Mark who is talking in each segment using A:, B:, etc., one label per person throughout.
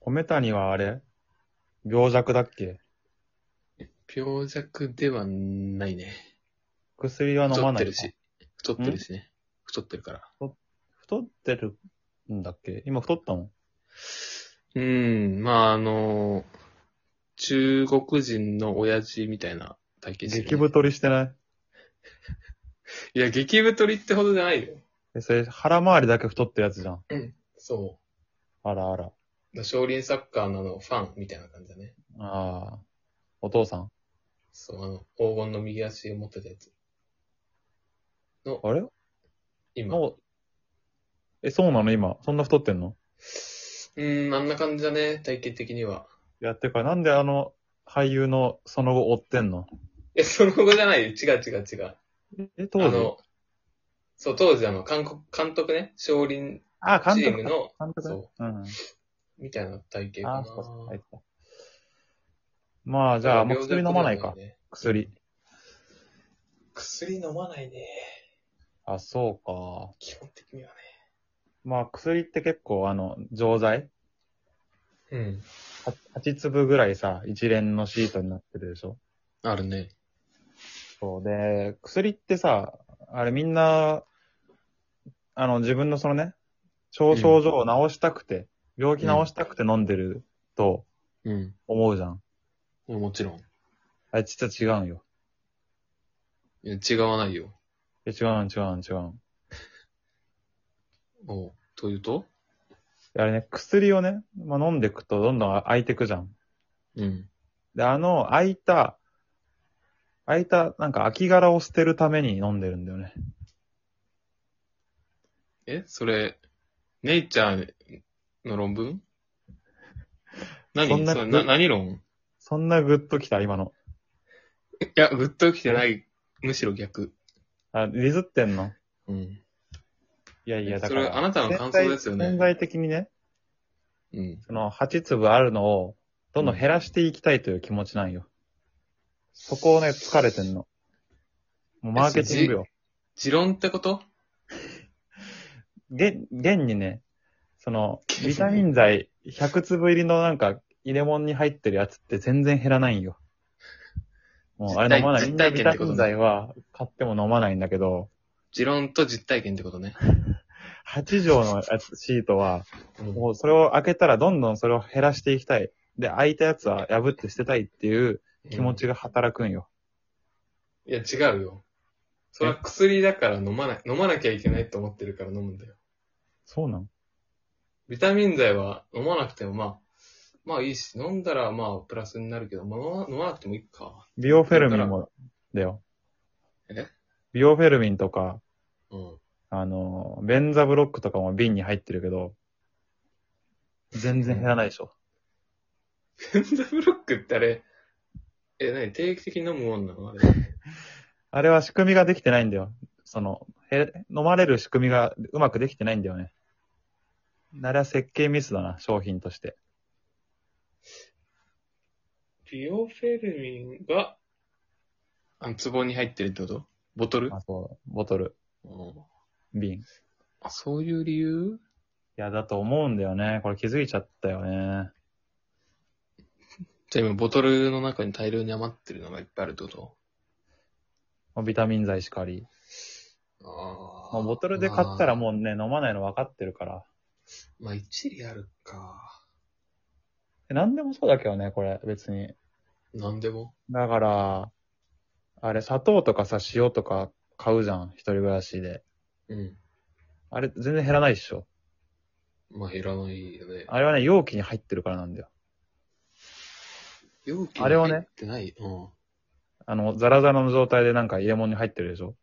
A: 米谷はあれ病弱だっけ
B: 病弱ではないね。
A: 薬は飲
B: 太
A: ま
B: っ
A: な
B: て
A: いの
B: る
A: か
B: し。太ってるしね。太ってるから。
A: 太ってるんだっけ今太ったの
B: うん、まああの、中国人の親父みたいな体型して
A: 激
B: るね、
A: 太りしてない
B: いや、激太りってほどじゃないよ。
A: えそれ腹周りだけ太ったやつじゃん。
B: そ
A: あらあら。
B: う。少林サッカーのあのファンみたいな感じだね。
A: ああ。お父さん
B: そう、あの、黄金の右足を持ってたやつ。の、
A: あれ
B: 今。
A: おえ、そうなの今。そんな太ってんの
B: うん、あんな感じだね、体型的には。
A: いや、てか、なんであの、俳優のその後追ってんの
B: え、その後じゃないよ。違う違う違う。
A: え、
B: あ
A: 当時
B: の、そう、当時あの、韓国、監督ね、少林
A: あ、
B: チ
A: 監
B: ーム
A: 督か。
B: の、
A: 監督ね
B: そ
A: うん。
B: みたいな体型かな。
A: あ、そうそう。入った。まあ、じゃあ、もう薬飲まないか。
B: ね。
A: 薬。
B: 薬飲まないね。
A: あ、そうか。
B: 基本的にはね。
A: まあ、薬って結構、あの、錠剤
B: うん。
A: は ?8 粒ぐらいさ、一連のシートになってるでしょ
B: あるね。
A: そう。で、薬ってさ、あれみんな、あの、自分のそのね、症症状を治したくて、病気治したくて飲んでると
B: うん。
A: 思うじゃん。
B: もちろん。
A: あれ、実は違うんよ。
B: いや違わないよ。
A: え違うん、違うん、違うん。
B: おうというと
A: あれね、薬をね、まあ、飲んでいくとどんどん空いてくじゃん。
B: うん。
A: で、あの、空いた、空いた、なんか空き殻を捨てるために飲んでるんだよね。
B: えそれ、ネイチャーの 論文何
A: そ
B: そ
A: んな
B: れな何論
A: そんなグッときた、今の。
B: いや、グッときてない。むしろ逆。
A: あ、ディズってんの
B: うん。
A: いやいや、だ
B: そ
A: から。
B: れあなたの感想ですよね
A: 潜在的にね、
B: うん。
A: その8粒あるのを、どんどん減らしていきたいという気持ちなんよ。そこをね、疲れてんの。もうマーケティングよ。
B: 持論ってこと
A: 現、現にね、そ の、ビタミン剤100粒入りのなんか、入れ物に入ってるやつって全然減らないんよ。もう、あれ飲まない。み
B: 実
A: んな
B: 体
A: ビ
B: 実体験
A: タ
B: ってこ
A: ミ
B: とね
A: ン剤は買っても飲まないんだけど、
B: 持論と実体験ってことね。
A: 8畳のやつシートは、
B: うん
A: もうそれを開けたらどんどんそれを減らしていきたい。で、空いたやつは破って捨てたいっていう気持ちが働くんよ。
B: いや、違うよ。それは薬だから飲まない、飲まなきゃいけないと思ってるから飲むんだよ。
A: そうなの
B: ビタミン剤は飲まなくてもまあ、まあいいし、飲んだらまあプラスになるけど、まあ飲ま飲まなくてもいいか。
A: ビオフェルミンも、だよ。
B: え
A: ビオフェルミンとか、
B: うん。
A: あの、ベンザブロックとかも瓶に入ってるけど、全然減らないでしょ。
B: ベンザブロックってあれ、え、何定期的に飲むもんなのあれ。
A: あれは仕組みができてないんだよ。その、へ飲まれる仕組みがうまくできてないんだよね。なら設計ミスだな、商品として。
B: ビオフェルミンが、あの、壺に入ってるってことボトル
A: あ、そう、ボトル、
B: うん
A: 瓶。い
B: あ、そういう理由
A: や、だと思うんだよね。これ気づいちゃったよね。
B: じゃあ今、ボトルの中に大量に余ってるのがいっぱいあるってこと
A: まあビタミン剤しかり。
B: あ
A: まあ、ボトルで買ったら
B: も
A: もうね、飲まないの分かってるから。
B: う。まあ、一理あるか。
A: え何でもそうだけどね、これ、別に。
B: なんでも。
A: だから、あれ、砂糖とかさ、塩とか買うじゃん、一人暮らしで。
B: うん。
A: あれ、全然減らないっしょ。
B: まあ、減らないよね。
A: あれはね、容器に入ってるからなんだよ。
B: 容器に
A: あれをね
B: 入ってない。うん。
A: あの、ザラザラの状態でなんか入れ物に入ってるでしょ。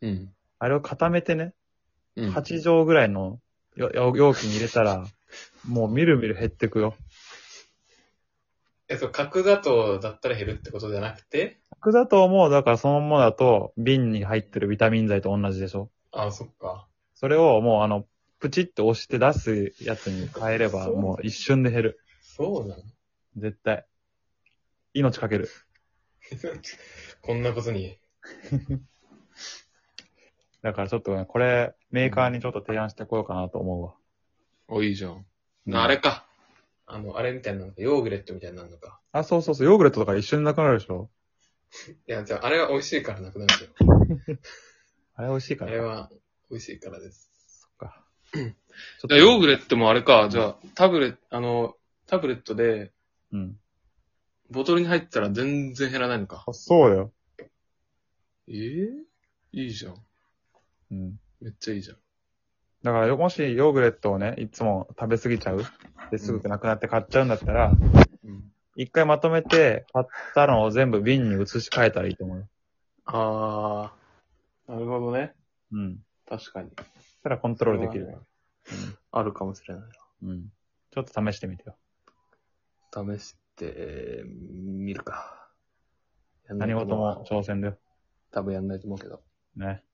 B: うん。
A: あれを固めてね、
B: うん、
A: 8畳ぐらいのよよ容器に入れたら、もうみるみる減ってくよ。
B: えっと、角砂糖だったら減るってことじゃなくて、
A: 角砂糖も、だからそのままだと、瓶に入ってるビタミン剤と同じでしょ。
B: ああ、そっか。
A: それをもうあの、プチって押して出すやつに変えれば、
B: そう
A: もう一瞬で減る。
B: そうなの
A: 絶対。命かける。
B: こんなことに。
A: だからちょっとね、これ、メーカーにちょっと提案してこようかなと思うわ。
B: お、いいじゃん。
A: うん
B: あれか。あの、あれみたいなのか、ヨーグレットみたいになるのか。
A: あ、そうそうそう、ヨーグレットとか一緒になくなるでしょ
B: いや、じゃあ、あれは美味しいからなくなるんですよ。
A: あれ美味しいか
B: あ
A: ら。
B: れは美味しいからです。
A: そっか。ちょっ
B: じゃあ、ヨーグレットもあれか、じゃあ、タブレット、あの、タブレットで、
A: うん。
B: ボトルに入ったら全然減らないのか。
A: あそうだよ。
B: ええいいじゃん。
A: うん。
B: めっちゃいいじゃん。
A: だからよ、もしヨーグレットをね、いつも食べ過ぎちゃうですぐなくなって買っちゃうんだったら、
B: うん。
A: 一回まとめて、買ったのを全部瓶に移し替えたらいいと思うよ。
B: あー、なるほどね。
A: うん。
B: 確かに。
A: そしたらコントロールできる。
B: あるかもしれない。
A: うん。ちょっと試してみてよ。
B: 試してみるか。やんない
A: 何
B: と思う
A: 事も。挑戦だよ。
B: 多分やんないと思うけど。
A: ね。